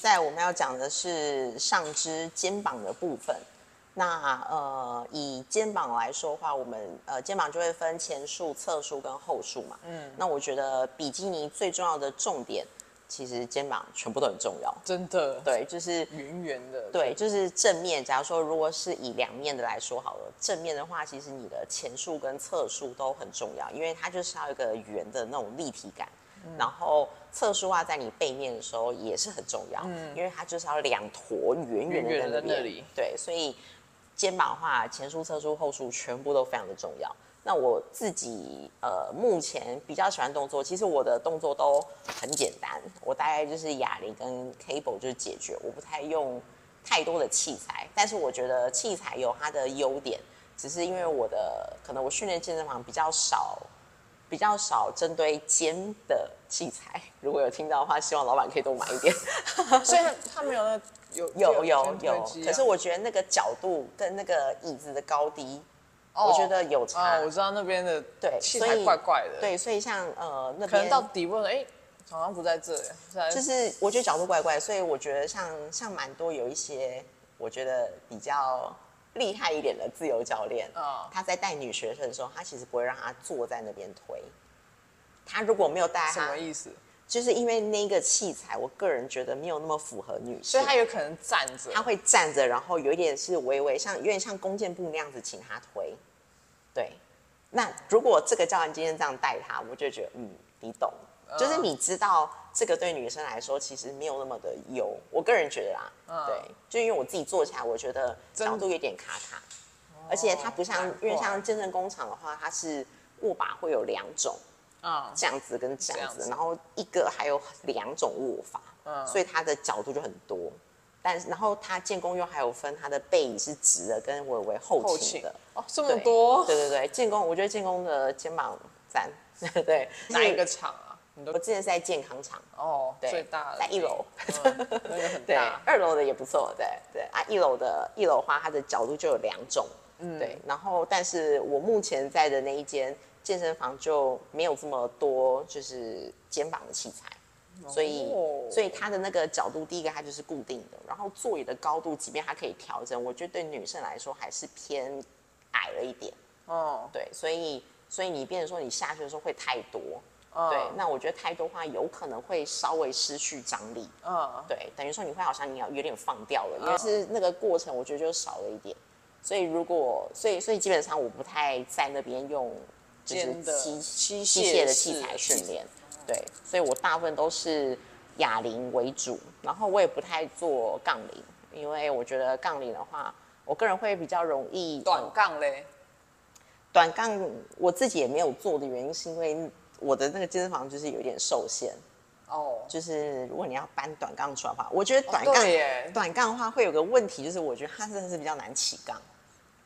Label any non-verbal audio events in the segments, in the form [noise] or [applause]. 在我们要讲的是上肢肩膀的部分。那呃，以肩膀来说的话，我们呃肩膀就会分前束、侧束跟后束嘛。嗯，那我觉得比基尼最重要的重点，其实肩膀全部都很重要。真的，对，就是圆圆的，对，就是正面。假如说如果是以两面的来说好了，正面的话，其实你的前束跟侧束都很重要，因为它就是要有一个圆的那种立体感。然后侧束啊，在你背面的时候也是很重要，因为它就是要两坨圆圆圆圆的的在那那里里。对，所以肩膀的话，前束、侧束、后束全部都非常的重要。那我自己呃，目前比较喜欢动作，其实我的动作都很简单，我大概就是哑铃跟 cable 就是解决，我不太用太多的器材，但是我觉得器材有它的优点，只是因为我的可能我训练健身房比较少比较少针对肩的器材，如果有听到的话，希望老板可以多买一点。 [laughs] 所以他他没有那有有有肩推有肌，啊可是我觉得那个角度跟那个椅子的高低，哦我觉得有差。啊，我知道那边的对，器所材以怪怪的，，对，所以像呃那可能边到底部的哎，好像不在这，在就是我觉得角度怪怪，所以我觉得像像蛮多有一些我觉得比较厉害一点的自由教练，嗯他在带女学生的时候，他其实不会让她坐在那边推。他如果没有带什她么，意思？就是因为那个器材，我个人觉得没有那么符合女所性以。他有可能站着他，会站着，然后有一点是微微像，有点像弓箭步那样子，请他推。对，那如果这个教练今天这样带他，我就觉得嗯，你懂，就是你知道这个对女生来说其实没有那么的优，我个人觉得啦，嗯对，就因为我自己做起来，我觉得真角度有点卡卡，而且它不像难，因为怪像健身工厂的话，它是握把会有两种，啊，这样子跟这样这子，样子嗯然后一个还有两种握法，所以它的角度就很多。但是然后它建工又还有分它的背椅是直的，跟微微后后倾倾的。哦，这么对多，对对对，建工我觉得建工的肩膀赞， [laughs] 对哪一个？场啊？你我都之前是在健康场，哦，对最大的在一楼， [laughs] 嗯那个很对大，，二楼的也不错，对对啊，一楼的一楼的话，它的角度就有两种，嗯，对。然后，但是我目前在的那一间健身房就没有这么多，就是肩膀的器材，所以、哦所以它的那个角度，第一个它就是固定的，然后座椅的高度，即便它可以调整，我觉得对女生来说还是偏矮了一点，哦，对，所以所以你变成说你下去的时候会太多，嗯对，，那我觉得太多的话有可能会稍微失去张力，嗯，对，等于说你会好像你要有点放掉了，因为是那个过程，我觉得就少了一点。所以如果，所以所以基本上我不太在那边用就是肩的机机机械械的式器材的训器材练，对，所以我大部分都是哑铃为主，然后我也不太做杠铃，因为我觉得杠铃的话，我个人会比较容易短杠嘞，短杠我自己也没有做的原因，是因为我的那个健身房就是有点受限，哦，就是如果你要搬短杠出来的话，我觉得短哦杠、对耶短杠的话会有个问题，就是我觉得它真的是比较难起杠。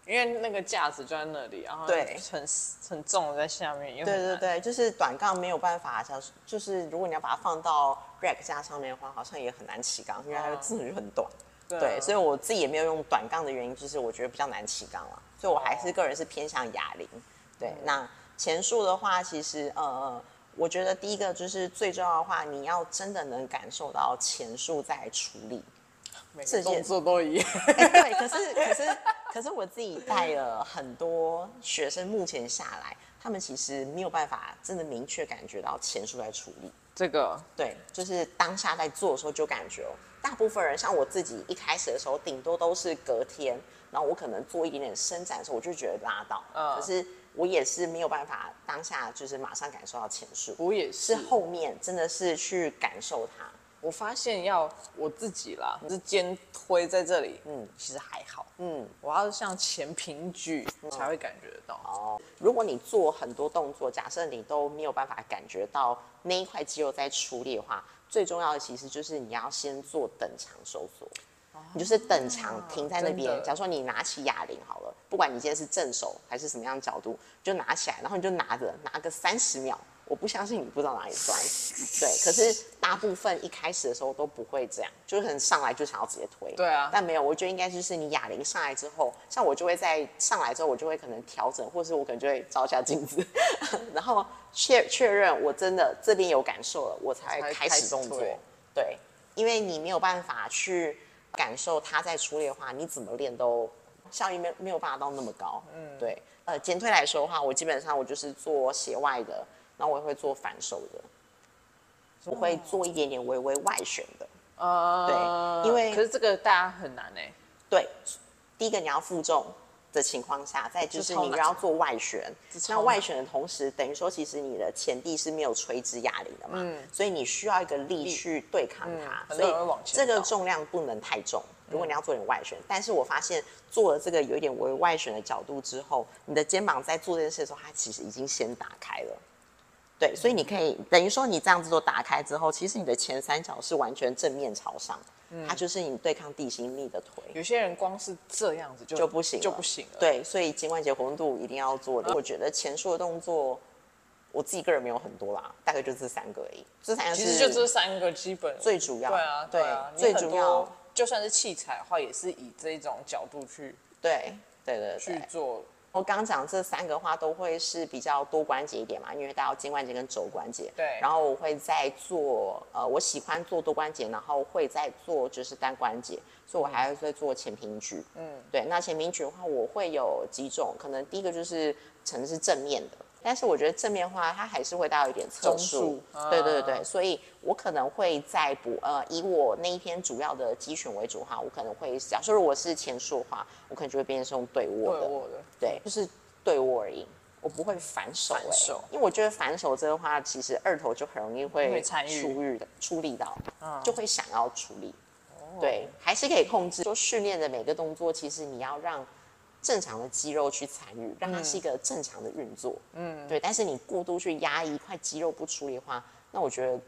因为那个架子就在那里，然后对很很重的在下面，又很对对难，对，就是短杠没有办法，像是就是如果你要把它放到 rack 架上面的话，好像也很难起杠，因为它嗯自己就很短。对啊对，所以我自己也没有用短杠的原因，就是我觉得比较难起杠了，所以我还是个人是偏向哑铃。对，嗯那前束的话，其实呃，我觉得第一个就是最重要的话，你要真的能感受到前束在处理。每个这些动作都一样，哎对，可是可是可是我自己带了很多学生，目前下来，他们其实没有办法真的明确感觉到前束在处理。这个对，就是当下在做的时候就感觉哦，大部分人像我自己一开始的时候，顶多都是隔天，然后我可能做一点点伸展的时候，我就觉得拉到，嗯可是我也是没有办法当下就是马上感受到前束，我也是啊是，后面真的是去感受它。我发现要我自己啦，是肩推在这里，嗯，其实还好，嗯，我要向前平举嗯才会感觉得到，哦，如果你做很多动作，假设你都没有办法感觉到那一块肌肉在处理的话，最重要的其实就是你要先做等长收缩。你就是等长停在那哦真边的。假如说你拿起哑铃好了，不管你今天是正手还是什么样的角度，就拿起来，然后你就拿着，拿个三十秒。我不相信你不知道哪里酸，对。可是大部分一开始的时候都不会这样，就是很上来就想要直接推。对啊但没有，我觉得应该就是你哑铃上来之后，像我就会在上来之后，我就会可能调整，或是我可能就会照一下镜子， [laughs] 然后确确认我真的这边有感受了，我才才开开始始动作推。对，因为你没有办法去感受他在出力的话，你怎么练都效益没没有办法到那么高。嗯，对。呃，减推来说的话，我基本上我就是做斜外的，然后我也会做反手的，我会做一点点微微外旋的。呃，对因为可是这个大家很难哎、对，第一个你要负重的情况下，再就是你又要做外旋，超那难外旋的同时，等于说其实你的前地是没有垂直哑铃的嘛，所以你需要一个力去对抗它，嗯很所多人会以往前这个倒嗯重量不能太重。如果你要做点外旋，但是我发现做了这个有一点微外旋的角度之后，你的肩膀在做这件事的时候，它其实已经先打开了。对，所以嗯你可以等于说你这样子做打开之后，其实你的前三角是完全正面朝上，嗯它就是你对抗地心力的腿。有些人光是这样子就就不行了，就不行了。，对，所以肩关节活动度一定要做的。我觉得前束的动作，我自己个人没有很多啦，大概就这三个而已。这三个其是实就这三个基本。最主要，对啊，对啊，你最很主多要，就算是器材的话，也是以这种角度去对对对去对。做。我刚刚讲这三个话都会是比较多关节一点嘛，因为大家有肩关节跟肘关节。对然后我会再做，呃，我喜欢做多关节，然后会再做就是单关节，所以嗯我还会再做前平举。嗯，对。那前平举的话，我会有几种，可能第一个就是可能是正面的。但是我觉得正面的话，它还是会带有一点侧中束束，对对啊对，所以我可能会再补呃，以我那一天主要的肌群为主的话，我可能会假设如果是前束的话，我可能就会变成是用对对握的，我的，对，就是对我而已，我不会反手、欸，反手因为我觉得反手这个话，其实二头就很容易会会参与嗯出力的出力到，就会想要出力。哦对，还是可以控制。说训练的每个动作，其实你要让正常的肌肉去参与，让嗯它是一个正常的运作。嗯，对。但是你过度去压抑一块肌肉不出力的话，那我觉得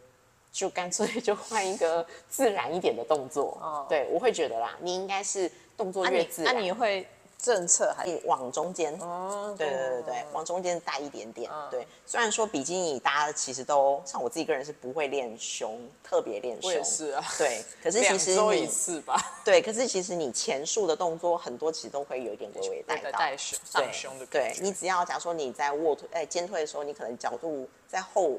就干脆 [laughs] 就换一个自然一点的动作。哦对，我会觉得啦，你应该是动作那越你自那然，你会政策还是？你往中间。哦，对对对对，往中间带一点点。嗯对，虽然说比基尼大家其实都像我自己个人是不会练胸，特别练我胸。也是啊。对，可是其两实周一你次吧，对，可是其实你前束的动作很多，其实都会有一点微微带带到。带胸上胸的对感，觉，你只要假如说你在卧推、哎肩推的时候，你可能角度在后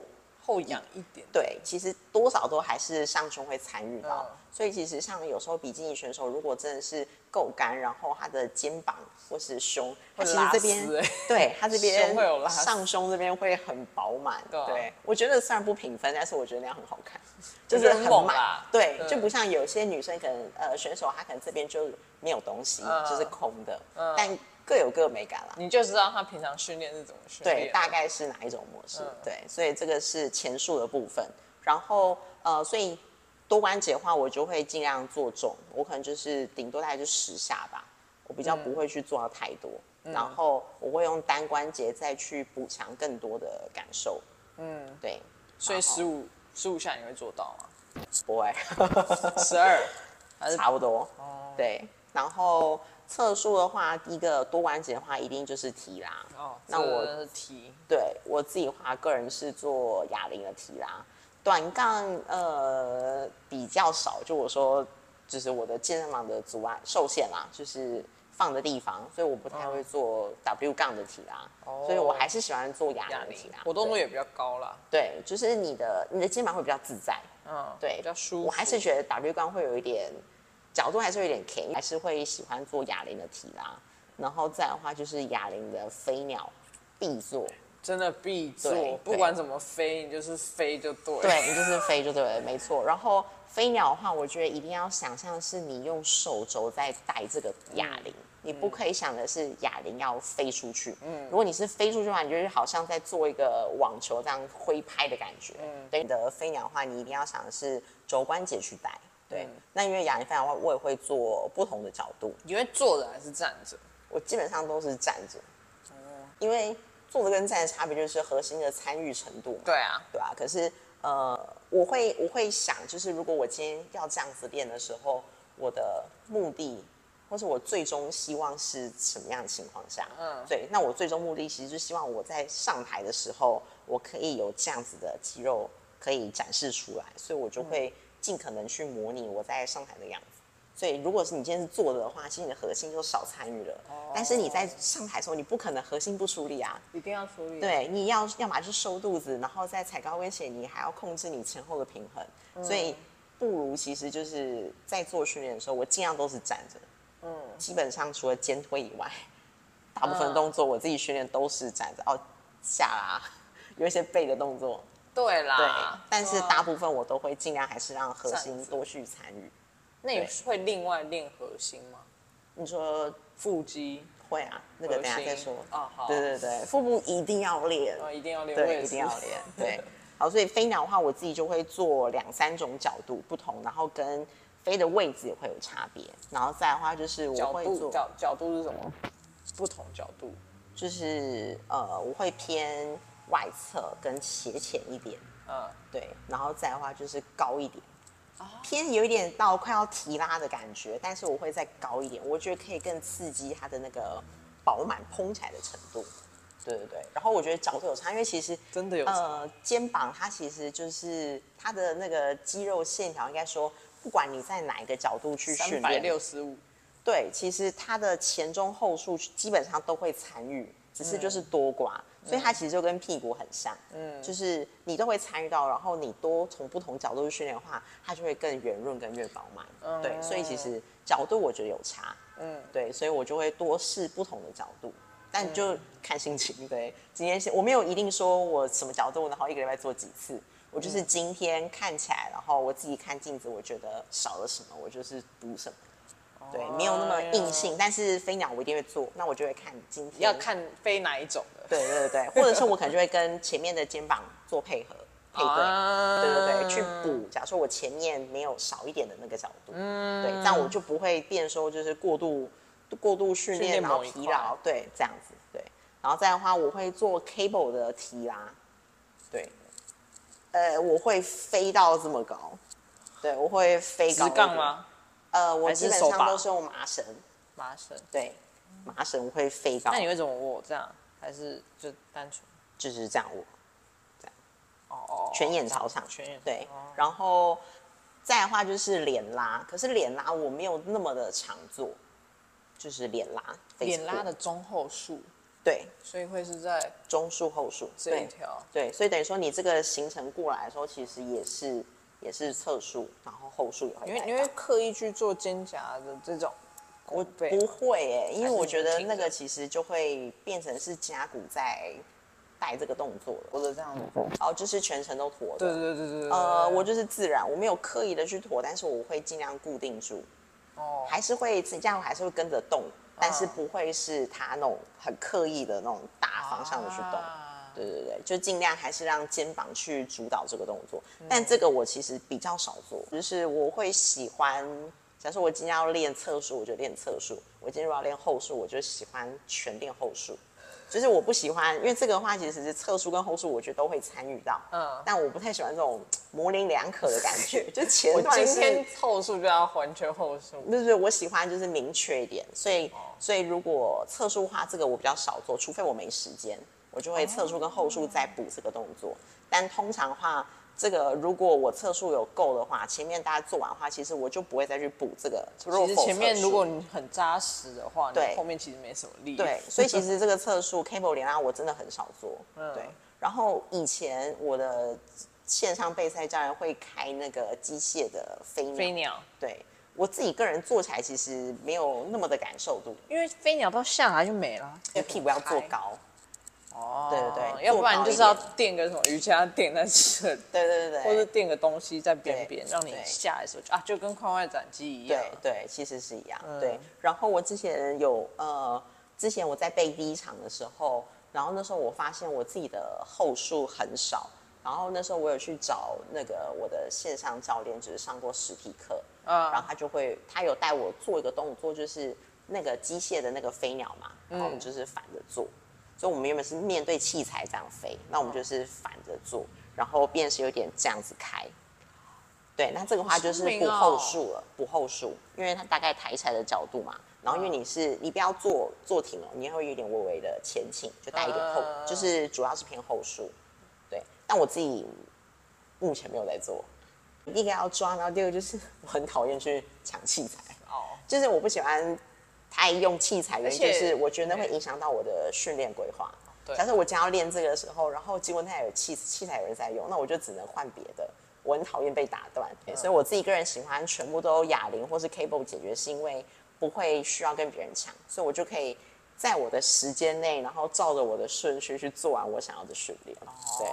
后仰一点，对，其实多少都还是上胸会参与到，嗯所以其实像有时候比基尼选手如果真的是够干，然后他的肩膀或是胸，他会其实拉这边丝欸对他这边胸会有拉丝上胸这边会很饱满，对啊对，我觉得虽然不平分，但是我觉得那样很好看，就觉是得很猛满啦，嗯对，对就不像有些女生可能呃选手她可能这边就没有东西，嗯就是空的，但各有各美感啦。你就知道他平常训练是怎么训对，嗯练。大概是哪一种模式？对，所以这个是前述的部分。然后呃，所以多关节的话，我就会尽量做重，我可能就是顶多大概就十下吧，我比较不会去做到太多。然后我会用单关节再去补强更多的感受。嗯，对，所以然后十五十五下你会做到吗？不 [laughs] 会。十 [laughs] 二还是差不多。对，然后侧数的话，第一个多关节的话，一定就是提拉。哦，那我这是提对我自己的话，个人是做哑铃的提拉，短杠呃比较少。就我说，就是我的健身房的阻碍受限啦，就是放的地方，所以我不太会做 W 杠的提拉，哦所以我还是喜欢做哑哑铃的铃啊提拉。，活动度对也比较高啦，对，就是你的你的肩膀会比较自在。嗯，对，比较舒服。我还是觉得 W 杠会有一点角度，还是会有点 K，还是会喜欢做哑铃的提拉。然后再的话就是哑铃的飞鸟必做，真的必对做，不对管怎么飞，你就是飞就对。对，你就是飞就对了，没错。然后飞鸟的话，我觉得一定要想象是你用手肘在带这个哑铃，你不可以想的是哑铃要飞出去。嗯，如果你是飞出去的话，你就是好像在做一个网球这样挥拍的感觉。嗯，对，你的飞鸟的话，你一定要想的是肘关节去带。对，那因为哑铃飞鸟的话，我也会做不同的角度，你会坐着还是站着？我基本上都是站着。因为坐着跟站着差别就是核心的参与程度嘛。对啊，对啊，可是呃，我会我会想，就是如果我今天要这样子练的时候，我的目的或是我最终希望是什么样的情况下？嗯，对，那我最终目的其实是希望我在上台的时候，我可以有这样子的肌肉可以展示出来，所以我就会尽可能去模拟我在上台的样子。所以，如果是你今天是坐着的话，其实你的核心就少参与了。但是你在上台的时候，你不可能核心不出力啊。一定要处理。，对，你要嗯要么是收肚子，然后再踩高跟鞋，你还要控制你前后的平衡，所以不如其实就是在做训练的时候，我尽量都是站着。嗯，基本上除了肩推以外，大部嗯分动作我自己训练都是站着。哦，下拉，有一些背的动作。对对，啦，但是嗯大部分我都会尽量还是让核心站着多去参与。那你对会另外练核心吗？你说腹肌，会啊？那个核等一下心再说。哦好对对对，腹部一定要练。啊，一定要练，我也对，是一定要练。 [laughs] 对，好，所以飞鸟的话，我自己就会做两三种角度不同，然后跟飞的位置也会有差别。然后再来的话就是我角会度做，角角度是什么？不同角度，就是呃，我会偏外侧跟斜前一点，嗯，对，然后再来的话就是高一点。哦偏有一点到快要提拉的感觉，但是我会再高一点，我觉得可以更刺激它的那个饱满蓬起来的程度。对对对，然后我觉得角度有差，因为其实真的有差呃，肩膀它其实就是它的那个肌肉线条，应该说不管你在哪一个角度去三训百练，六十五，对，其实它的前中后束基本上都会参与，只是就是多寡，所以它其实就跟屁股很像，嗯，就是你都会参与到，然后你多从不同角度去训练的话，它就会更圆润跟越饱满，对，所以其实角度我觉得有差，嗯，对，所以我就会多试不同的角度。但就嗯看心情，对。今天是我没有一定说我什么角度，然后一个礼拜做几次，我就是嗯今天看起来，然后我自己看镜子，我觉得少了什么，我就是补什么。对，没有那哦么硬性，但是飞鸟我一定会做，那我就会看今天要。看飞哪一种的，对对对，或者是我可能就会跟前面的肩膀做配合配 [laughs] 对，啊对对对，去嗯补。假如说我前面没有少一点的那个角度，嗯，对，这样我就不会变说就是过度过度训训练练然后某一疲块劳，对，这样子对。然后再的话，我会做 cable 的提拉，对，呃，我会飞到这么高，对我会飞高直一杠点？吗？呃，我还基是本手上把都是用麻绳。麻绳。对，麻绳会飞高那，你会怎么握？这样还是就单纯？就是这样握，哦哦，全眼朝上，全眼朝对哦，然后再的话就是脸拉，可是脸拉我没有那么的常做，就是脸拉，脸拉 Facebook 的中后束，对，所以会是在中束后束这一对条。对，所以等于说你这个行程过来的时候，其实也是也是侧束，然后后束也会你会带你会到刻意去做肩胛的这种我弓背吗，不会哎、因还为是我你觉们得听那着个其实就会变成是甲骨在带这个动作了，我的这样子。哦哦，就是全程都驼的，对对对对对对。呃，对我就是自然，我没有刻意的去妥，但是我会尽量固定住，哦还是会这样，还是会跟着动，但嗯是不会是他那种很刻意的那种大方向的去动。啊对对对，就尽量还是让肩膀去主导这个动作，嗯但这个我其实比较少做，就是我会喜欢，假设我今天要练侧束，我就练侧束；我今天如果要练后束，我就喜欢全练后束。就是我不喜欢，因为这个的话其实是侧束跟后束，我觉得都会参与到，嗯嗯，但我不太喜欢这种模棱两可的感 [laughs] 觉，就前我段今是天后束就要完全后束，不是不是，我喜欢就是明确一点，所以、哦所以如果侧数话这个我比较少做，除非我没时间，我就会侧数跟后数再补这个动作。但通常的话，这个如果我侧数有够的话，前面大家做完的话，其实我就不会再去补这个。其实 roll for 前面侧数如果你很扎实的话，对你后面其实没什么力。对，所以 [laughs] 其实这个测速 cable 连拉我真的很少做。嗯对，然后以前我的线上备赛教练会开那个机械的飞鸟，飞鸟，对我自己个人做起来其实没有那么的感受度。因为飞鸟到下来就没了，因为屁股要做高。哦，对对对要不然就是要做高垫个什么瑜伽垫在身，对对对或对是，垫个东西在边边，对让你对下来的时候就啊，就跟髋外展肌一样对。对，其实是一样。对，然后我之前有呃，之前我在背第一场的时候，然后那时候我发现我自己的后束很少，然后那时候我有去找那个我的线上教练，就是上过实体课，嗯然后他就会他有带我做一个动作，就是那个机械的那个飞鸟嘛，然后我们就是反着做。所以我们原本是面对器材这样飞，那我们就是反着做，然后便是有点这样子开。对，那这个话就是聪明补哦后束了，补后束，因为它大概抬起来的角度嘛。然后因为你嗯是你不要坐坐挺哦，你会有点微微的前倾，就带一点后，啊就是主要是偏后束。对，但我自己目前没有在做。第一个要抓，然后第二个就是 [laughs] 我很讨厌去抢器材，哦，就是我不喜欢太用器材，原因就而且嗯是我觉得那会影响到我的训练规划。对假设我今天要练这个的时候，然后结果那有器器材有人在用，那我就只能换别的，我很讨厌被打断、嗯对所以我自己个人喜欢全部都哑铃或是 cable 解决，是因为不会需要跟别人抢，所以我就可以在我的时间内，然后照着我的顺序去做完我想要的训练。哦对，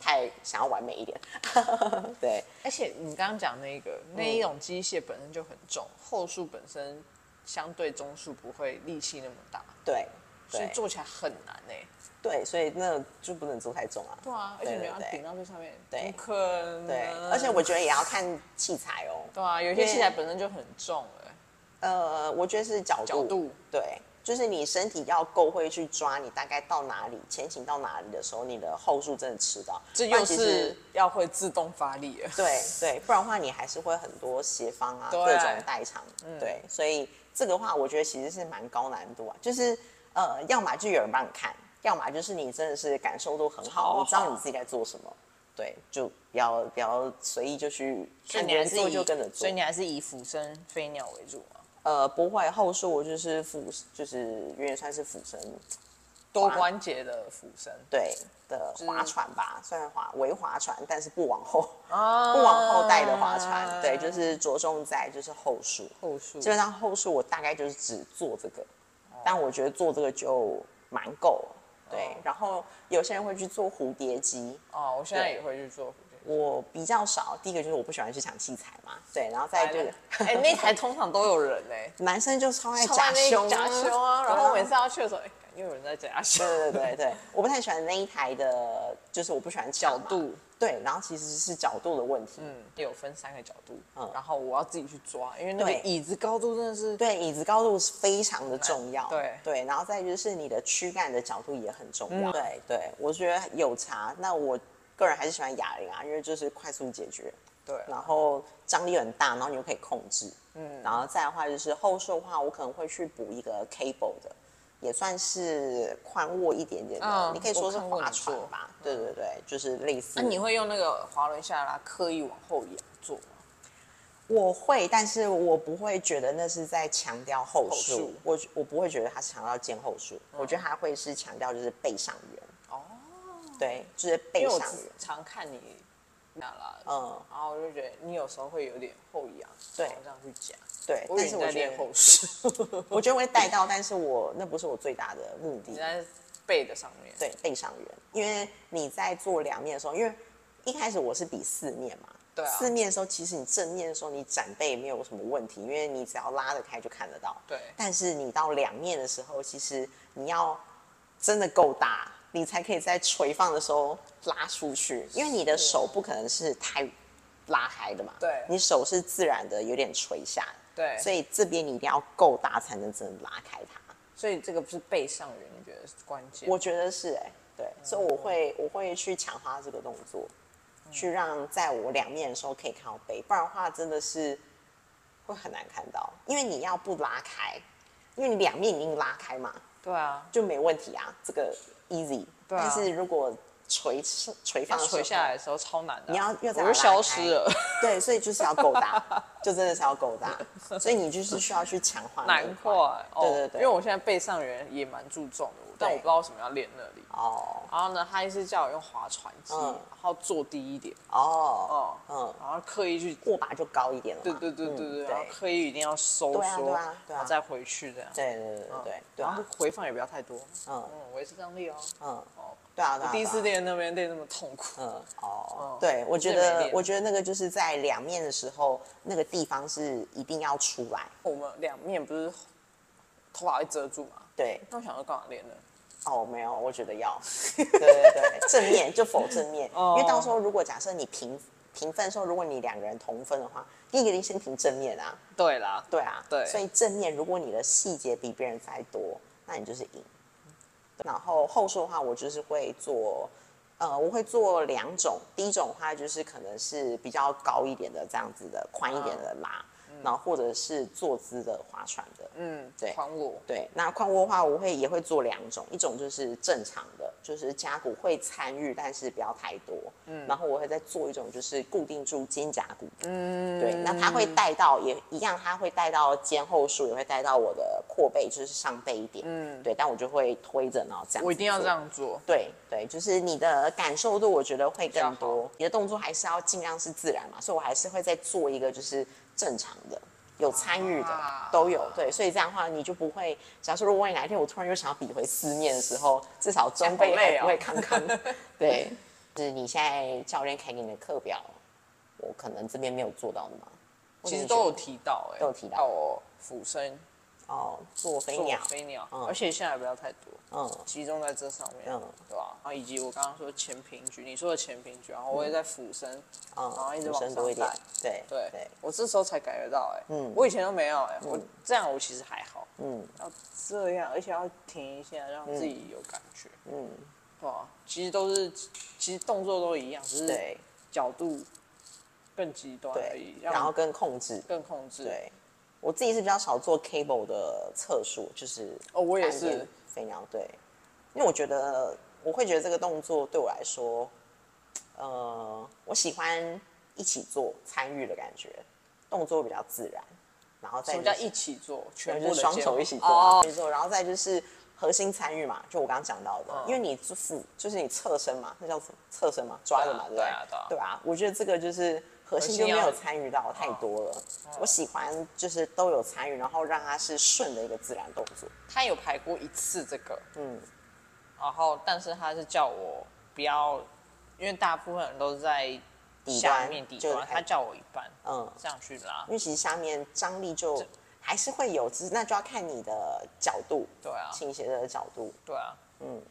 太想要完美一点。 [laughs] 对，而且你刚刚讲那个那一种机械本身就很重，嗯后束本身相对中束不会力气那么大，对，所以对，做起来很难哎、对，所以那就不能做太重啊。对啊，而且你要对顶到最上面，对不可能。对，而且我觉得也要看器材哦。对啊，有一些器材本身就很重哎、呃，我觉得是角度，角度对，就是你身体要够会去抓你大概到哪里，前行到哪里的时候，你的后束真的吃到，这不然又其实是要会自动发力了。对对，不然的话你还是会很多斜方啊，对各种代偿。对，所以这个话我觉得其实是蛮高难度啊，就是呃，要么就有人帮你看，要么就是你真的是感受度很超好，你知道好你自己在做什么。对，就不要不要随意就去看别人做就跟着做所以。你还是以俯身飞鸟为主嘛，呃，不会，后束我就是俯，就是有点算是俯身，多啊关节的俯身对的嗯划船吧，算划为划船，但是不往后，啊不往后带的划船，对，就是着重在就是后束。后束基本上后束我大概就是只做这个，哦但我觉得做这个就蛮够了。对，然后有些人会去做蝴蝶机，哦，我现在对也会去做俯身。我比较少。第一个就是我不喜欢去抢器材嘛，对，然后再就是 [laughs] 哎、那台通常都有人哎、男生就超爱欸，假胸，假胸啊，[laughs] 然对后每次要去的时候，哎、感觉有人在假胸。对对对对，我不太喜欢那一台的，就是我不喜欢角角度，对，然后其实是角度的问题。 [laughs] 嗯，有分三个角度，嗯然后我要自己去抓，因为那个对椅子高度真的是对，椅子高度是非常的重要。对嗯对，然后再就是你的躯干的角度也很重要。对对，我觉得有差。那我个人还是喜欢哑铃啊，因为就是快速解决，对啊然后张力很大，然后你又可以控制。嗯，然后再的话就是后束的话，我可能会去补一个 cable 的。也算是宽握一点点的，嗯你可以说是我看过你划船做嗯吧，对对对，就是类似。那你会用那个滑轮下拉刻意往后仰做吗？我会，但是我不会觉得那是在强调后后嗯束束，我我不会觉得它是强调肩后束，我觉得它会是强调就是背上缘。哦，对，就是背因为我上只缘。常看你那拉，嗯，然后我就觉得你有时候会有点后仰，对然后这样去夹。对，但我以为是你在我觉练得后束，我觉得会带到，但是我那不是我最大的目的 [laughs] 你。在背的上面。对，背上缘，因为你在做两面的时候，因为一开始我是比四面嘛，对啊四面的时候，其实你正面的时候你展背没有什么问题，因为你只要拉得开就看得到。对但是你到两面的时候，其实你要真的够大，你才可以在垂放的时候拉出去，因为你的手不可能是太拉开的嘛，对你手是自然的有点垂下的，对所以这边你一定要够大才能真的拉开它。所以这个不是背上缘，你觉得是关键？我觉得是哎、对，所以我会嗯我会去强化这个动作，去让在我两面的时候可以看到背，不然的话真的是会很难看到，因为你要不拉开，因为你两面已经拉开嘛，对啊，就没问题啊，这个 easy。对啊但是如果垂垂放要的时候垂下来，的时候超难的啊、你要又再把它我就消失了，对，所以就是要够 [laughs] 大，就真的是要够大，所以你就是需要去强化那一难块怪。哦。对对对因为我现在背上缘也蛮注重的，但我不知道为什么要练那里。哦然后呢，他一直叫我用划船机，嗯然后坐低一点，哦，哦，嗯，然后刻意去握把就高一点了嘛。对对对对对，啊嗯然后刻意一定要收对啊缩，对啊对啊然后再回去这样。对对对对对对然后啊，回放也不要太多，嗯嗯，维持张力哦。嗯。哦，对啊，对我啊第一对啊次练那边练那么痛苦，嗯，哦，对，我觉这没得练，我觉得那个就是在两面的时候，那个地方是一定要出来。我们两面不是头发会遮住嘛？对，那我想说干嘛练呢？哦，没有，我觉得要，对对对，正面就否正面，因为到时候如果假设你平平分的时候，如果你两个人同分的话，第一个一定先平正面啊，对啦，对啊，对所以正面如果你的细节比别人再多，那你就是赢。然后后束的话，我就是会做，呃，我会做两种。第一种的话就是可能是比较高一点的这样子的，宽一点的拉，然后或者是坐姿的划船的，嗯，对还我。对，那髋窝的话，我会也会做两种，一种就是正常的，就是胛骨会参与，但是不要太多。嗯，然后我会再做一种就是固定住肩胛骨。嗯，对，那它会带到也一样，它会带到肩后束，也会带到我的阔背就是上背一点，嗯，对，但我就会推着然后这样，我一定要这。样做。对对，就是你的感受度，我觉得会更比较多。你的动作还是要尽量是自然嘛，所以我还是会再做一个就是正常的、有参与的、啊都有。对，所以这样的话你就不会，假如说如果万一哪一天我突然又想要比回思念的时候，至少中背好还累哦不会康康。 [laughs] 对，就是你现在教练给你的课表，我可能这边没有做到的嘛。其实都有提到、哎，都有提到到我俯身哦，做飞做鸟，飞鸟，嗯而且现在也不要太多，嗯集中在这上面，嗯对吧、然后以及我刚刚说前平举，你说的前平举，然后我也在俯身，嗯，然后一直女往生上多一点带，对对对，我这时候才感觉到、哎，嗯我以前都没有、哎，我这样我其实还好，嗯要这样，而且要停一下，让自己有感觉，嗯，对吧、其实都是，其实动作都一样，只是对角度更极端而对已，，然后让跟控制，更控制，对，我自己是比较少做 cable 的测数，就是哦我也单边是飞鸟，对，因为我觉得我会觉得这个动作对我来说，呃，我喜欢一起做参与的感觉，动作比较自然，然后再什么就叫是一起做？对全就部的是双手肩一起做哦啊，一起做，然后再就是核心参与嘛，就我刚刚讲到的，嗯因为你是俯，就是你侧身嘛，那叫什么侧身嘛，抓着嘛，对不对啊对啊对吧？我觉得这个就是核心就没有参与到太多了，嗯我喜欢就是都有参与，然后让它是顺的一个自然动作，他有排过一次这个，嗯然后但是他是叫我不要，因为大部分人都在底下端面底就是端，开他叫我一半，嗯，这样去拉因。为其实下面张力就还是会有，只是那就要看你的角度，对啊倾斜的角度，对啊，嗯。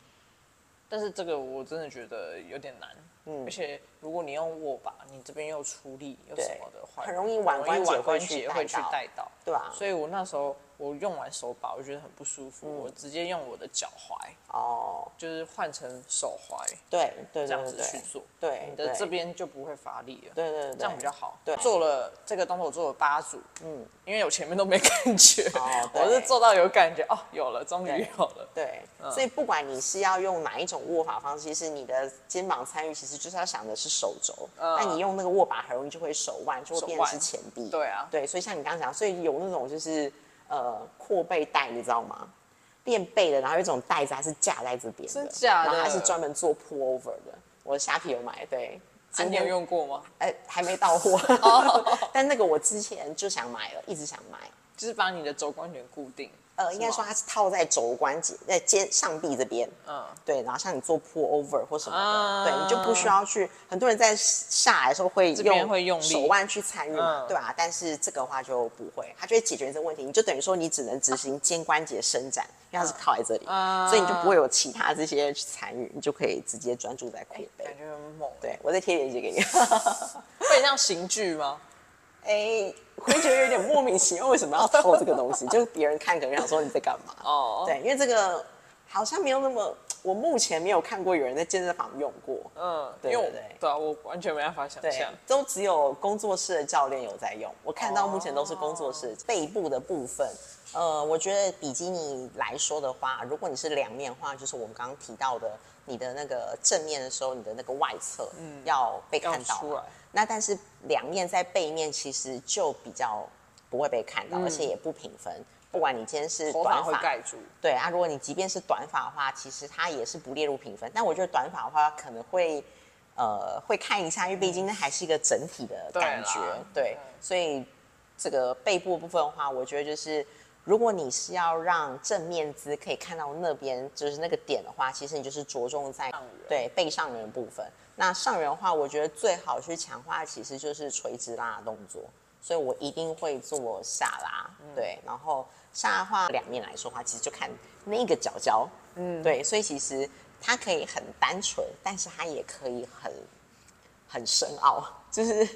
但是这个我真的觉得有点难，嗯而且如果你用握把，你这边又出力又什么的话，很容易腕关节很容易腕会关去节带会去到带到。对啊，所以我那时候我用完手把，我觉得很不舒嗯服，我直接用我的脚踝，哦，就是换成手踝对对对这样对子去对，做，对你的对这边就不会发力了。对对对，这样比较好。对做了这个动作，我做了八组，嗯，因为我前面都没感觉， [laughs] 哦对我是做到有感觉，哦，有了，终于对有了。对，嗯所以不管你是要用哪一种握法方式，其实你的肩膀参与，其实就是要想的是手肘。嗯但你用那个握把，很容易就会手腕就会变成手是腕前臂。对啊对，所以像你刚刚讲，所以有那种就是呃阔背带，你知道吗？练背的，然后有一种带子它是架在这边的，真假的然后它是专门做 pull over 的。我虾皮有买，对，啊、你有用哦过吗？哎、还没到 [laughs] 货， [laughs] 但那个我之前就想买了，一直想买。就是把你的肘关节固定，呃，应该说它是套在肘关节，在肩上臂这边。嗯，对，然后像你做 pull over 或什么的，啊对，你就不需要去。很多人在下来的时候会这边用会用力手腕去参与嘛，嗯对吧、但是这个的话就不会，它就会解决这个问题。你就等于说你只能执行肩关节伸展，因为它是靠在这里，啊所以你就不会有其他这些去参与，你就可以直接专注在扩背。哎感觉很猛。，对，我再贴链接给你。 [laughs] 会像刑具吗？哎、我会觉得有点莫名其妙，为什么要偷这个东西？ [laughs] 就是别人看可能想说你在干嘛。哦，对，因为这个好像没有那么，我目前没有看过有人在健身房用过。嗯，对因为对对我对啊，我完全没办法想对象。，都只有工作室的教练有在用。我看到目前都是工作哦室、背部的部分。呃，我觉得比基尼来说的话，如果你是两面的话，就是我们刚刚提到的，你的那个正面的时候，你的那个外侧要被看到嗯要出嘛来那但是两面在背面其实就比较不会被看到，而且也不平分。不管你今天是嗯头发短会发盖住，对啊，如果你即便是短发的话，其实它也是不列入评分。但我觉得短发的话，可能会呃会看一下，因为毕竟那还是一个整体的感觉嗯对啦，对，所以这个背部的部分的话，我觉得就是。如果你是要让正面姿可以看到那边，就是那个点的话，其实你就是着重在上缘对背上缘的部分。那上缘的话，我觉得最好去强化其实就是垂直拉的动作，所以我一定会做下拉，嗯对，然后下拉的话两面来说的话，其实就看那个角角，嗯，对，所以其实它可以很单纯，但是它也可以很很深奥，就是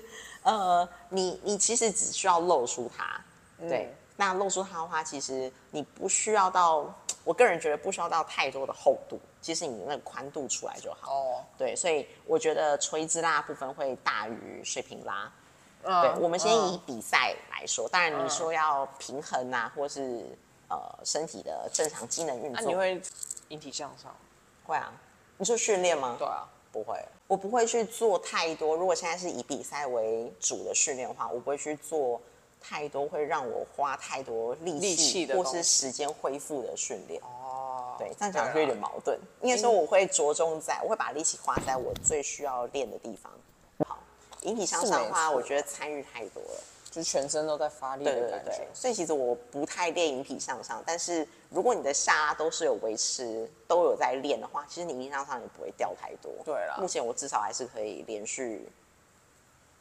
呃，你你其实只需要露出它，对，嗯那露出它的话，其实你不需要到，我个人觉得不需要到太多的厚度，其实你那个宽度出来就好，哦，对，所以我觉得垂直拉的部分会大于水平拉，嗯对，我们先嗯以比赛来说，当然你说要平衡啊，或是呃身体的正常机能运那作，你会引体向上？会啊？你说训练吗？对啊，不会，我不会去做太多。如果现在是以比赛为主的训练的话，我不会去做太多会让我花太多力力气气的或东是西时间恢复的训练。哦，对，这样讲就有点对啊矛盾。应该说我会着重在，我会把力气花在我最需要练的地方。好，引体向上的是没话，错我觉得参与太多了。就全身都在发力对的对感对觉对，。所以其实我不太练引体向上，但是如果你的下拉都是有维持，都有在练的话，其实你引体向上也不会掉太多。对啦目前我至少还是可以连续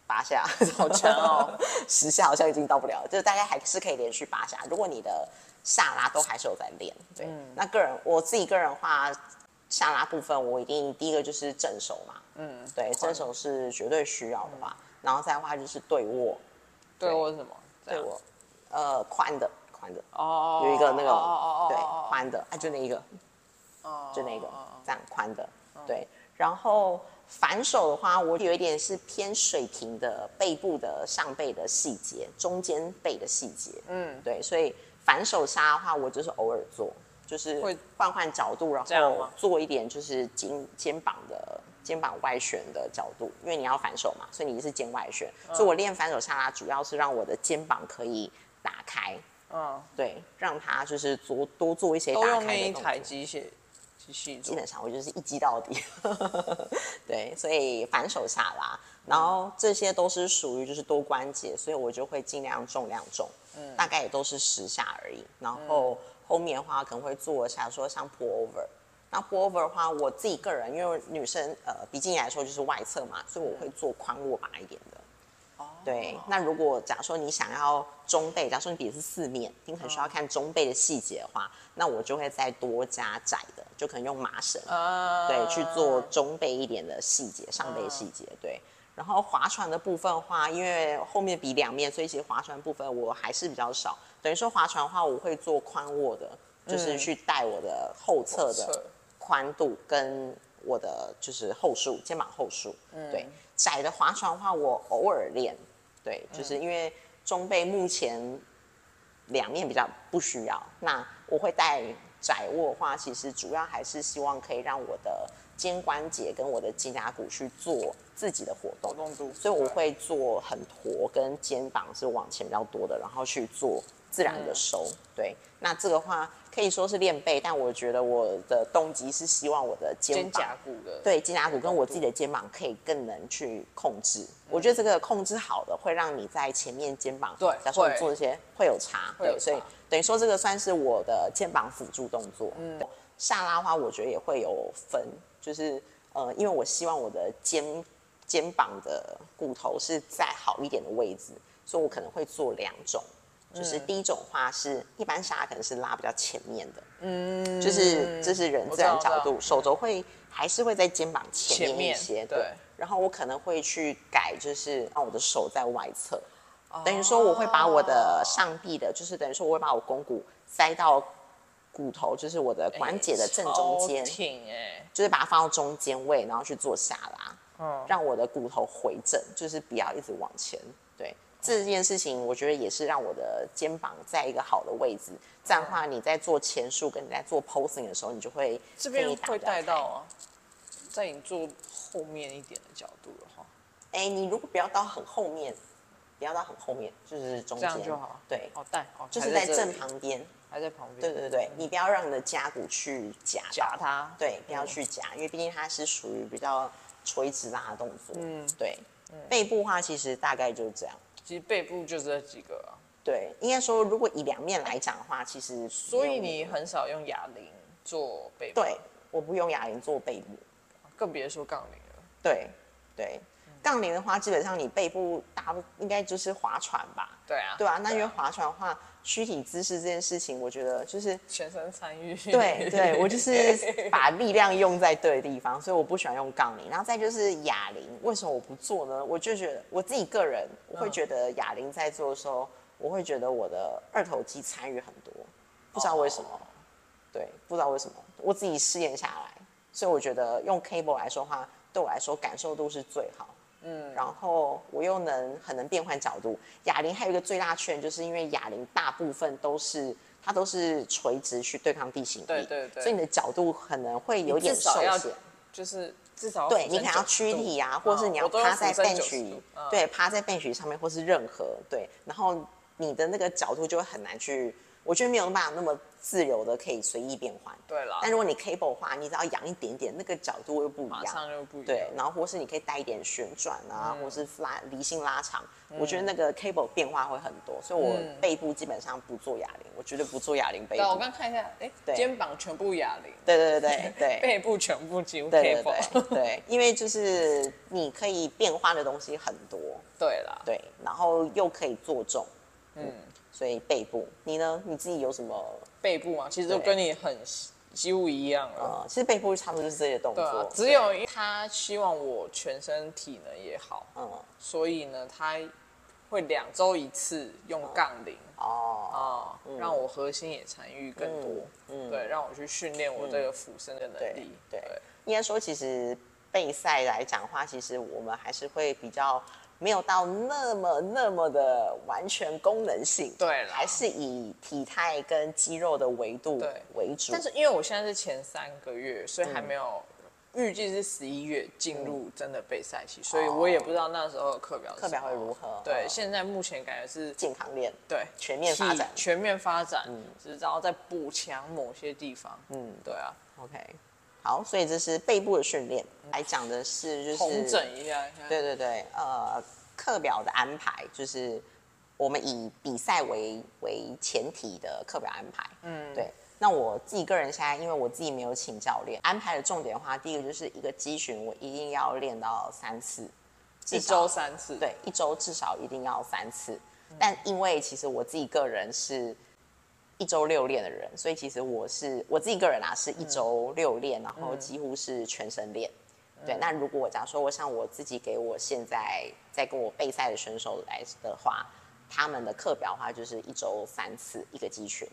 八 [laughs] 下，好强哦，十下好像已经到不了，就是大概还是可以连续八下。如果你的下拉都还是有在练，对，那个人我自己个人的话，下拉部分我一定第一个就是正手嘛，嗯，对，正手是绝对需要的嘛，然后再的话就是对握，对我是什么？对对我，呃，宽的，宽的，哦，有一个那个，哦哦哦，对哦，宽的，啊，就那一个，哦就那个哦哦哦，这样宽的，对。然后反手的话，我有一点是偏水平的背部的上背的细节，中间背的细节，嗯，对。所以反手杀的话，我就是偶尔做，就是会换换角度，然这样后吗做一点就是肩肩膀的。肩膀外旋的角度，因为你要反手嘛，所以你是肩外旋。嗯所以我练反手下拉，主要是让我的肩膀可以打开，嗯，对，让它就是多多做一些打都开的用那一动台作机械机器基做。本上我就是一击到底， [laughs] 对，所以反手下拉，然后这些都是属于就是多关节，所以我就会尽量重量重，大概也都是十下而已。然后后面的话可能会做一下说像 pull over，那 pull over 的话，我自己个人因为女生呃比基尼来说就是外侧嘛，所以我会做宽握把一点的。对，那如果假如说你想要中背，假如说你比的是四面，你可能需要看中背的细节的话，那我就会再多加窄的，就可能用麻绳，啊，对，去做中背一点的细节，上嗯背细节，对。然后划船的部分的话，因为后面比两面，所以其实划船部分我还是比较少。等于说划船的话，我会做宽握的，就是去带我的后侧嗯后侧的宽度跟我的就是后束，肩膀后束。嗯对，窄的划船的话，我偶尔练，对，嗯就是因为中背目前两面比较不需要。那我会带窄握的话，其实主要还是希望可以让我的肩关节跟我的肩胛骨去做自己的活动活，动度，所以我会做很驼跟肩膀是往前比较多的，然后去做自然嗯的收。对，那这个话可以说是练背，但我觉得我的动机是希望我的肩肩膀胛骨的，，对肩胛骨跟我自己的肩膀可以更能去控制。嗯我觉得这个控制好的，会让你在前面肩膀，对假如说你会做一些会有差，会有对，所以差等于说这个算是我的肩膀辅助动作。嗯，下拉的话，我觉得也会有分，就是呃，因为我希望我的肩肩膀的骨头是在好一点的位置，所以我可能会做两种。嗯就是第一种的话是，一般下拉可能是拉比较前面的，嗯，就是这是人我自知道然我知角道度，手肘会还是会在肩膀前前面一面些，对然后我可能会去改，就是啊让我的手在外侧，哦等于说我会把我的上臂的，就是等于说我会把我肱骨塞到骨头，就是我哎的关节的正中间，挺哎，就是把它放到中间位，然后去做下拉，嗯，让我的骨头回正，就是不要一直往前。对这件事情，我觉得也是让我的肩膀在一个好的位置。这样的话，你在做前束跟你在做 posing 的时候，你就会这可边以打会比较带到开。啊，在你做后面一点的角度的话，哎、你如果不要到很后面，不要到很后面，就是中这间样就好，对，哦带，哦就是还在这正里，旁边。还在旁边，对对对，你不要让你的胛骨去夹到夹它对，不要去夹，因为毕竟它是属于比较垂直拉的动作。嗯，对。背部的话，其实大概就是这样。其实背部就这几个啊，对，应该说，如果以两面来讲的话，其实所没以有你很少用哑铃做背部，对，我不用哑铃做背部。更别说杠铃了。对对，嗯杠铃的话，基本上你背部大部应该就是划船吧？对啊，对啊，那因为划船的话，躯体姿势这件事情，我觉得就是全身参与，对对，我 [laughs] 就是把力量用在对的地方，所以我不喜欢用杠铃。然后再就是哑铃，为什么我不做呢？我就觉得我自己个人，我会觉得哑铃在做的时候，我会觉得我的二头肌参与很多，不知道为什么。对，不知道为什么，我自己试验下来，所以我觉得用 cable 来说的话，对我来说感受度是最好。嗯，然后我又能很能变换角度。哑铃还有一个最大缺点，就是因为哑铃大部分都是它都是垂直去对抗地形力，对对对所以你的角度可能会有点至受少要限。就是至少要对俯你可身能要90躯体啊，度嗯或者是你要我都用趴在俯身90 bench，度嗯对，趴在 bench 上面，或是任何对，然后你的那个角度就会很难去，我觉得没有办法那么自由的可以随意变换。对啦但如果你 cable 的话，你只要仰一点点，那个角度又不一马样。上就不一样。对，然后或是你可以带一点旋转啊，嗯或是拉离心拉长，我觉得那个 cable 变化会很多，所以我背部基本上不做哑铃，我绝对不做哑铃背嗯对啊，我部。刚看一下，哎，对肩膀全部哑铃，对对对对对背部全部几乎对对 cable。对对，因为就是你可以变化的东西很多， [laughs] 对啦，对，然后又可以做重，嗯，所以背部，你呢？你自己有什么？背部啊嘛，其实都对跟你很几乎一样了。呃，其实背部差不多就是这些动对啊作，，只有因为他希望我全身体能也好，嗯所以呢，他会两周一次用杠铃哦，啊，让我核心也参与更多，对，让我去训练我这个俯身的能嗯对力。对，应该说其实备赛来讲的话，其实我们还是会比较没有到那么那么的完全功能性，对啦还是以体态跟肌肉的维度对为主，但是因为我现在是前三个月，所以还没有。嗯预计是十一月进入真的备赛期，所以我也不知道那时候的课表是课表什么会如何对，嗯现在目前感觉是健康练，对全面发展嗯体全面发展，只是然后再补强某些地方。嗯，对啊， ，OK，好，所以这是背部的训练，来讲的是就是重整一下。你看，对对对，呃，课表的安排就是我们以比赛为为前提的课表安排。嗯，对。那我自己个人现在，因为我自己没有请教练，安排的重点的话，第一个就是一个肌群，我一定要练到三次，一至少周三次。，对，一周至少一定要三次。但因为其实我自己个人是一周六练的人，所以其实我是我自己个人啊，是一周六练，然后几乎是全身练。对，那如果我假如说我像我自己给我现在在跟我备赛的选手来的话，他们的课表的话就是一周三次一个肌群，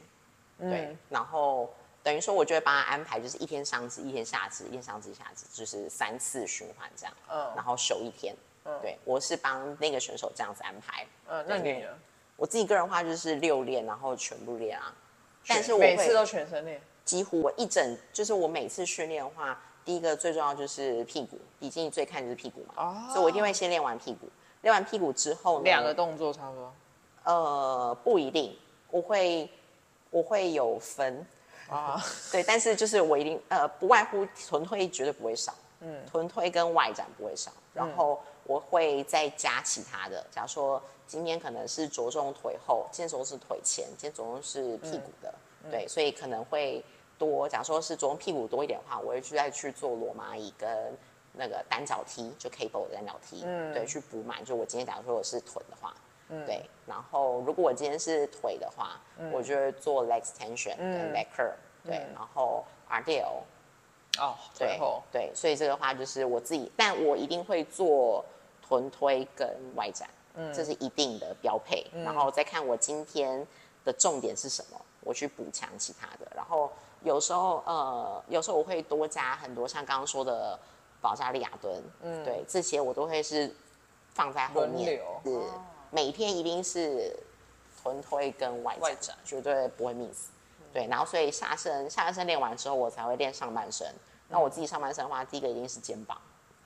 对，嗯然后等于说我就会帮他安排，就是一天上肢，一天下肢，一天上肢一下肢，就是三次循环这样，嗯然后休一天，对，我是帮那个选手这样子安排。嗯，那对你呢？我自己个人的话就是六练，然后全部练啊，但是我每会嗯次都全身练。几乎我一整就是我每次训练的话，第一个最重要就是屁股，比基尼最看就是屁股嘛，哦所以我一定会先练完屁股，练完屁股之后呢，两个动作差不 [laughs] 多。呃不一定，我会我会有分，啊，对，但是就是我一定呃，不外乎臀推绝对不会少，嗯，臀推跟外展不会少，然后我会再加其他的，假如说今天可能是着重腿后，今天着重是腿前，今天着重是屁股的，对，所以可能会多，假如说是着重屁股多一点的话，我会去再去做罗马椅跟。那个单脚踢就 cable 的单脚踢，对，去补满。就我今天假如说我是臀的话，对，然后如果我今天是腿的话，我就会做 leg extension 跟 leg curl，、对，然后 RDL，哦，对最后对，所以这个话就是我自己，但我一定会做臀推跟外展，嗯这是一定的标配，然后再看我今天的重点是什么，我去补强其他的，然后有时候呃，有时候我会多加很多像刚刚说的保加利亚蹲，嗯，对，这些我都会是放在后轮面流，哦是每天一定是臀推跟外外展，展嗯绝对不会 miss。对，然后所以下身下半身练完之后，我才会练上半身。那我自己上半身的话，第一个一定是肩膀，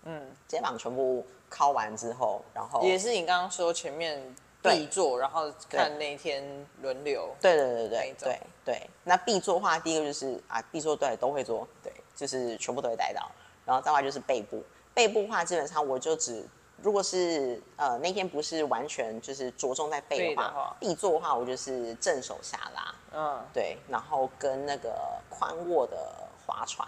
嗯，肩膀全部敲完之后，然后也是你刚刚说前面对必做，然后看那一天轮流。对对对那对一种对对。那必做的话，第一个就是啊，必做对都会做，对，就是全部都会带到。然后再来就是背部，背部的话基本上我就只如果是呃那天不是完全就是着重在背背的的话，话必做的话我就是正手下拉，嗯，对，然后跟那个宽握的划船，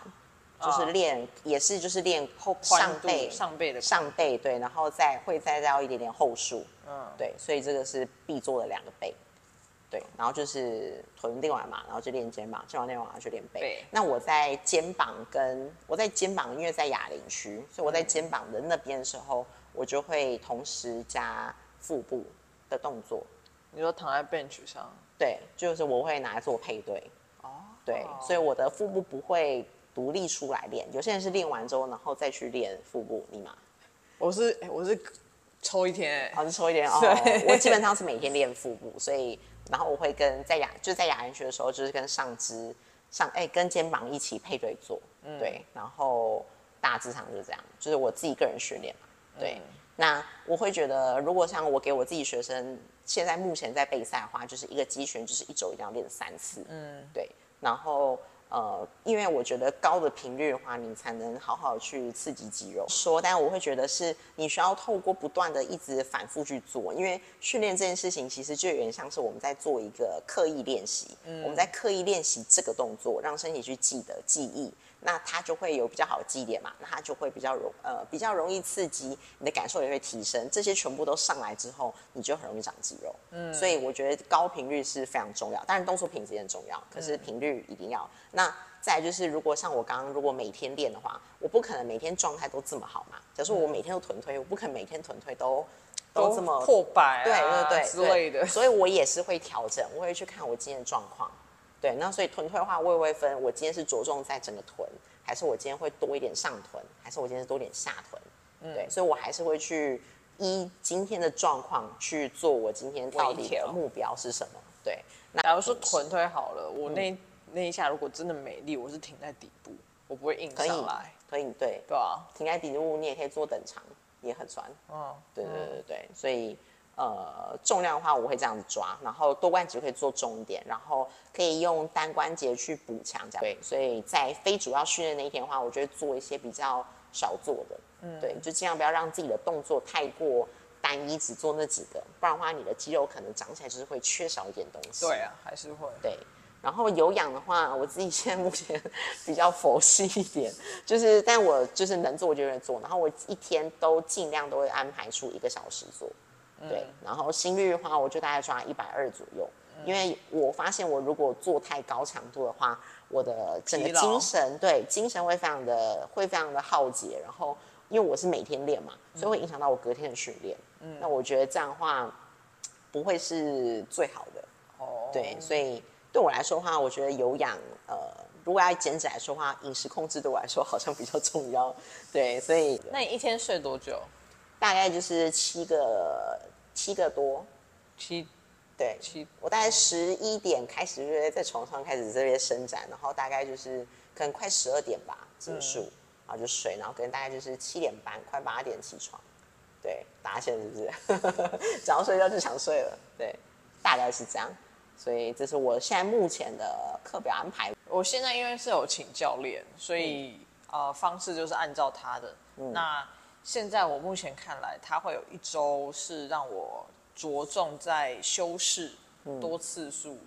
就是练、也是就是练后嗯宽上度背上背的上背对，然后再会再到一点点后束，嗯嗯，对，所以这个是必做的两个背，对，然后就是臀练完嘛，然后就练肩膀，肩膀练完然后就练背背。那我在肩膀跟我在肩膀，因为在哑铃区，所以嗯我在肩膀的那边的时候，我就会同时加腹部的动作，你说躺在 bench 上，对，就是我会拿来做配对。哦，对，所以我的腹部不会独立出来练，有些人是练完之后，然后再去练腹部，你嘛，我是哎我是抽一天哎，好，就抽一点哦对。我基本上是每天练腹部，所以然后我会跟在雅就在雅安学的时候，就是跟上肢上哎、跟肩膀一起配对嗯做，对，然后大致上就是这样，就是我自己个人训练嘛，对。那我会觉得，如果像我给我自己学生现在目前在备赛的话，就是一个肌群就是一周一定要练三次，嗯，对，然后。呃，因为我觉得高的频率的话，你才能好好去刺激肌肉。说，但我会觉得是你需要透过不断的一直反复去做，因为训练这件事情其实就有点像是我们在做一个刻意练习，我们在刻意练习这个动作，让身体去记得记忆，那它就会有比较好的记忆点嘛，那它就会比较容呃比较容易刺激，你的感受也会提升，这些全部都上来之后，你就很容易长肌肉。嗯，所以我觉得高频率是非常重要，当然动作品质也很重要，可是频率一定要。那再来就是，如果像我刚刚，如果每天练的话，我不可能每天状态都这么好嘛。假如说我每天都臀推，我不可能每天臀推都都这么破百、啊，对对对之类的对。所以我也是会调整，我会去看我今天的状况。对，那所以臀推的话，我也会分，我今天是着重在整个臀，还是我今天会多一点上臀，还是我今天是多一点下臀？嗯对，所以我还是会去依今天的状况去做我今天到底微的调目标是什么。对，那假如说臀推好了，嗯我那、那一下如果真的没力，我是停在底部，我不会硬可以上来，可以对，对吧、停在底部，你也可以做等长，也很酸。嗯，对对对对对，所以呃，重量的话我会这样子抓，然后多关节可以做重一点，然后可以用单关节去补强这样。对，所以在非主要训练那一天的话，我就会做一些比较少做的，嗯，对，就尽量不要让自己的动作太过。单一只做那几个，不然的话，你的肌肉可能长起来就是会缺少一点东西。对啊，还是会。对，然后有氧的话，我自己现在目前 [laughs] 比较佛系一点，就是但我就是能做我就会做，然后我一天都尽量都会安排出一个小时做，嗯对，然后心率的话，我就大概抓一百二左右。嗯因为我发现，我如果做太高强度的话，我的整个疲劳精神对精神会非常的会非常的耗竭。然后，因为我是每天练嘛，所以嗯会影响到我隔天的训练。嗯，那我觉得这样的话不会是最好的。哦，对，所以对我来说的话，我觉得有氧，呃，如果要减脂来说的话，饮食控制对我来说好像比较重要。对，所以那你一天睡多久？大概就是七个七个多，七对，七我大概十一点开始就会在床上开始这边伸展，然后大概就是可能快十二点吧结束，嗯然后就睡，然后可能大概就是七点半快八点起床。对，达线是不是？ [laughs] 想要睡觉就想睡了，对，大概是这样。所以这是我现在目前的课表安排。我现在因为是有请教练，所以、呃方式就是按照他的。那现在我目前看来，他会有一周是让我着重在修饰、多次数，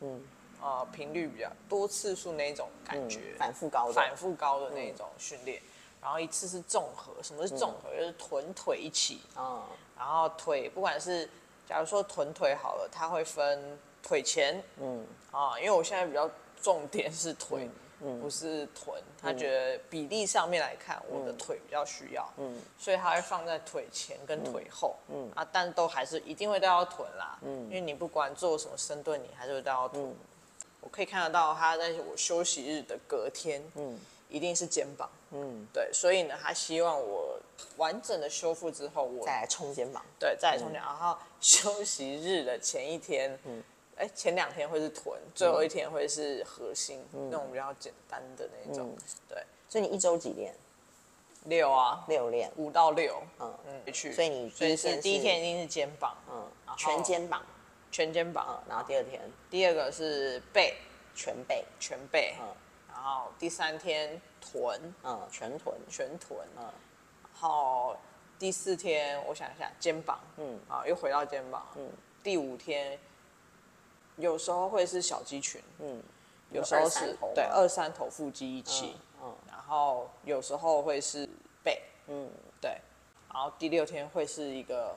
嗯，呃频率比较多次数那一种感觉，反复高的反复高的嗯那一种训练。然后一次是综合，什么是综合？就是臀腿一起，嗯然后腿不管是假如说臀腿好了，它会分腿前，嗯啊，因为我现在比较重点是腿，不是臀，他觉得比例上面来看，我的腿比较需要，嗯，所以他会放在腿前跟腿后，嗯啊，但都还是一定会带到臀啦，嗯，因嗯为你不管做什么深蹲，你还是会带到臀。我可以看得到他在我休息日的隔天，嗯，一定是肩膀，嗯，对，所以呢，他希望我完整的修复之后，我再来冲肩膀，对，再来充电，然后休息日的前一天，嗯，哎，前两天会是臀，嗯最后一天会是核心，那种比较简单的那嗯种，对，所以你一周几练？六啊，六练，五到六，嗯嗯，去，所以你所第以一天是是第一天一定是肩膀，嗯，嗯，全肩膀，全肩膀嗯，，然后第二天第二个是背，全背，全背，嗯然后第三天臀，嗯，全臀，全臀，然后第四天我想一下肩膀，嗯，啊，又回到肩膀，嗯，第五天有时候会是小肌群，嗯，有时候二是三头吗对二三头腹肌一起，嗯嗯然后有时候会是背，嗯，对，然后第六天会是一个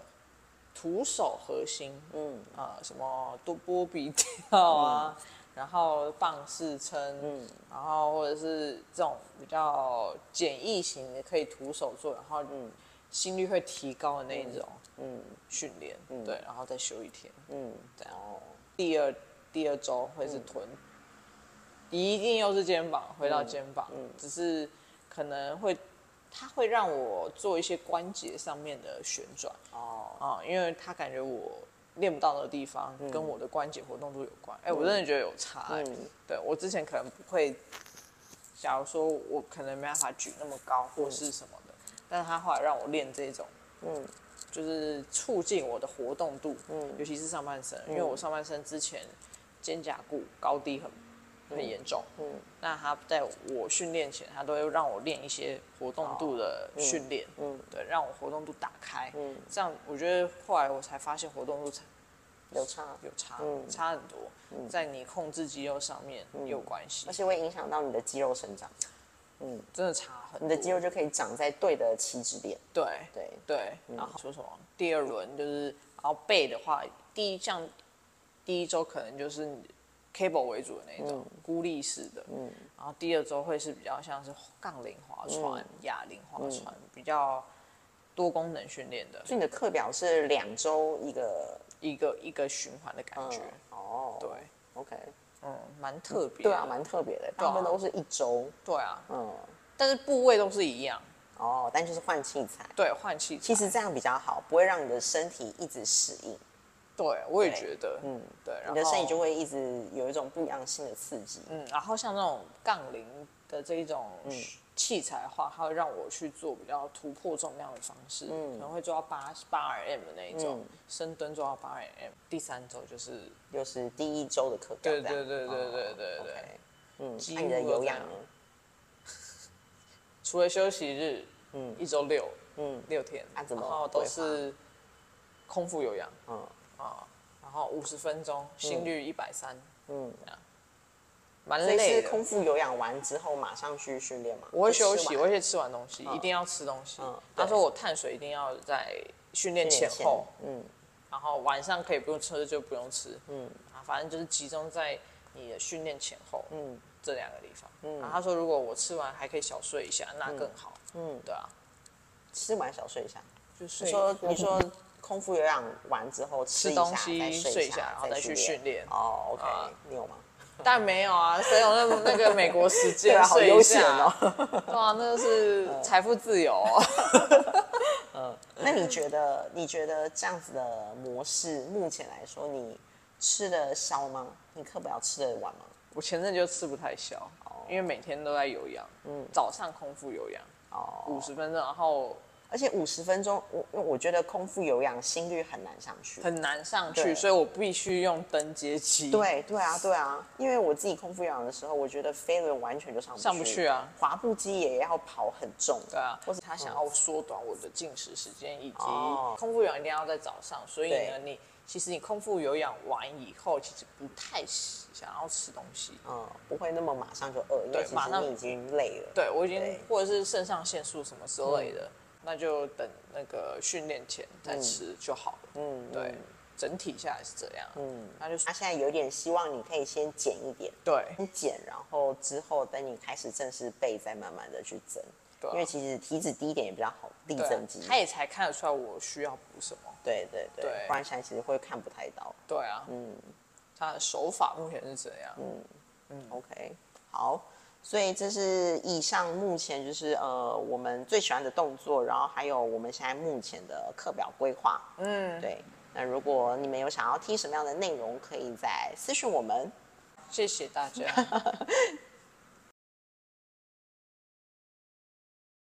徒手核心，嗯，啊，什么多波比跳啊。然后棒式撑，嗯，然后或者是这种比较简易型的，可以徒手做，然后嗯，心率会提高的那一种，嗯，训练，对，然后再休一天，嗯，这样。第二第二周会是臀，一定又是肩膀，回到肩膀，只是可能会，它会让我做一些关节上面的旋转哦，啊、因为它感觉我练不到的地方跟我的关节活动度有关。哎、我真的觉得有差、哎嗯对我之前可能不会，假如说我可能没办法举那么高或是什么的，但是他后来让我练这种，嗯，就是促进我的活动度，嗯，尤其是上半身，因为我上半身之前肩胛骨高低很很严重，嗯，那他在我训练前，他都会让我练一些活动度哦的训练，嗯，对，让我活动度打开，嗯，这样我觉得后来我才发现活动度才有差，有差，嗯差很多，在你控制肌肉上面也有关系而，且会影响到你的肌肉生长，真的差很多。你的肌肉就可以长在对的起止点。对对对，嗯然后说什么？第二轮就是，然后背的话，第一项第一周可能就是 cable 为主的那一种、孤立式的，嗯，然后第二周会是比较像是杠铃嗯划船、哑铃划船，比较多功能训练的所以你的课表是两周一个，一个一个循环的感觉，哦，对， ，OK，嗯，蛮特别的，对啊，蛮特别的，大部分都是一周，对啊，嗯，但是部位都是一样，哦，但就是换器材，对，啊换气，其实这样比较好，不会让你的身体一直适应，对我也觉得，嗯，对，然后你的身体就会一直有一种不一样新的刺激。嗯，然后像那种杠铃的这一种嗯器材的话，它会让我去做比较突破重量的方式，嗯可能会做到八八 RM 的那一种，深蹲做到八 RM。第三周就是又是第一周的课表这对样，对对对对对对哦对， ，OK，嗯，几那你的乎都有这氧样呢？除了休息日，嗯，一周六，嗯嗯，六天，啊怎么然后都规划是空腹有氧，嗯啊，然后五十分钟，心率一百三，嗯嗯，这样蛮所以累是的。空腹有氧完之后马上去训练嘛？我会休息，就吃我完会吃完东西，一定要吃东西嗯。他对说我碳水一定要在训练前后，嗯，然后晚上可以不用吃就不用吃，嗯，啊，反正就是集中在你的训练前后，嗯，这两个地方。嗯，然后他说如果我吃完还可以小睡一下，那更好，嗯，对啊，吃完小睡一下。就睡你说你说空腹有氧完之后吃吃一下东西再睡睡一下然后再去训练哦，OK，啊你有吗？但没有啊，谁有那么那个美国时 [laughs] 间啊好睡悠一闲下？哦。 [laughs] 嗯对啊，[laughs] 那是财富自由啊。那你觉得你觉得这样子的模式，目前来说你吃得消吗？你课表吃得完吗？我前阵就吃不太消，因为每天都在有氧，嗯，早上空腹有氧，哦，五十分钟，然后而且五十分钟，我我觉得空腹有氧心率很难上去。很难上去，对所以我必须用登阶机。，对对啊，对啊，因为我自己空腹有氧的时候，我觉得飞轮完全就上不上不去啊，滑步机也要跑很重。对啊，或者他想要缩短我的进食时间，以及嗯哦空腹有氧一定要在早上，所以呢对，你其实你空腹有氧完以后，其实不太想要吃东西。嗯，不会那么马上就饿，因对为其马实上你已经累了。对我已经对嗯或者是肾上腺素什么之类的，那就等那个训练前再吃就好了。嗯，对，整体下来是这样。嗯，那就是他现在有点希望你可以先减一点，对先减，然后之后等你开始正式背，再慢慢的去增。对啊因为其实体脂低一点也比较好递对啊增肌。他也才看得出来我需要补什么。对对对，对不然现在其实会看不太到。对啊，嗯，他的手法目前是这样，嗯嗯 OK，好，所以这是以上目前就是呃我们最喜欢的动作，然后还有我们现在目前的课表规划。嗯，对。那如果你们有想要听什么样的内容，可以再私讯我们。 [laughs] 谢谢大家。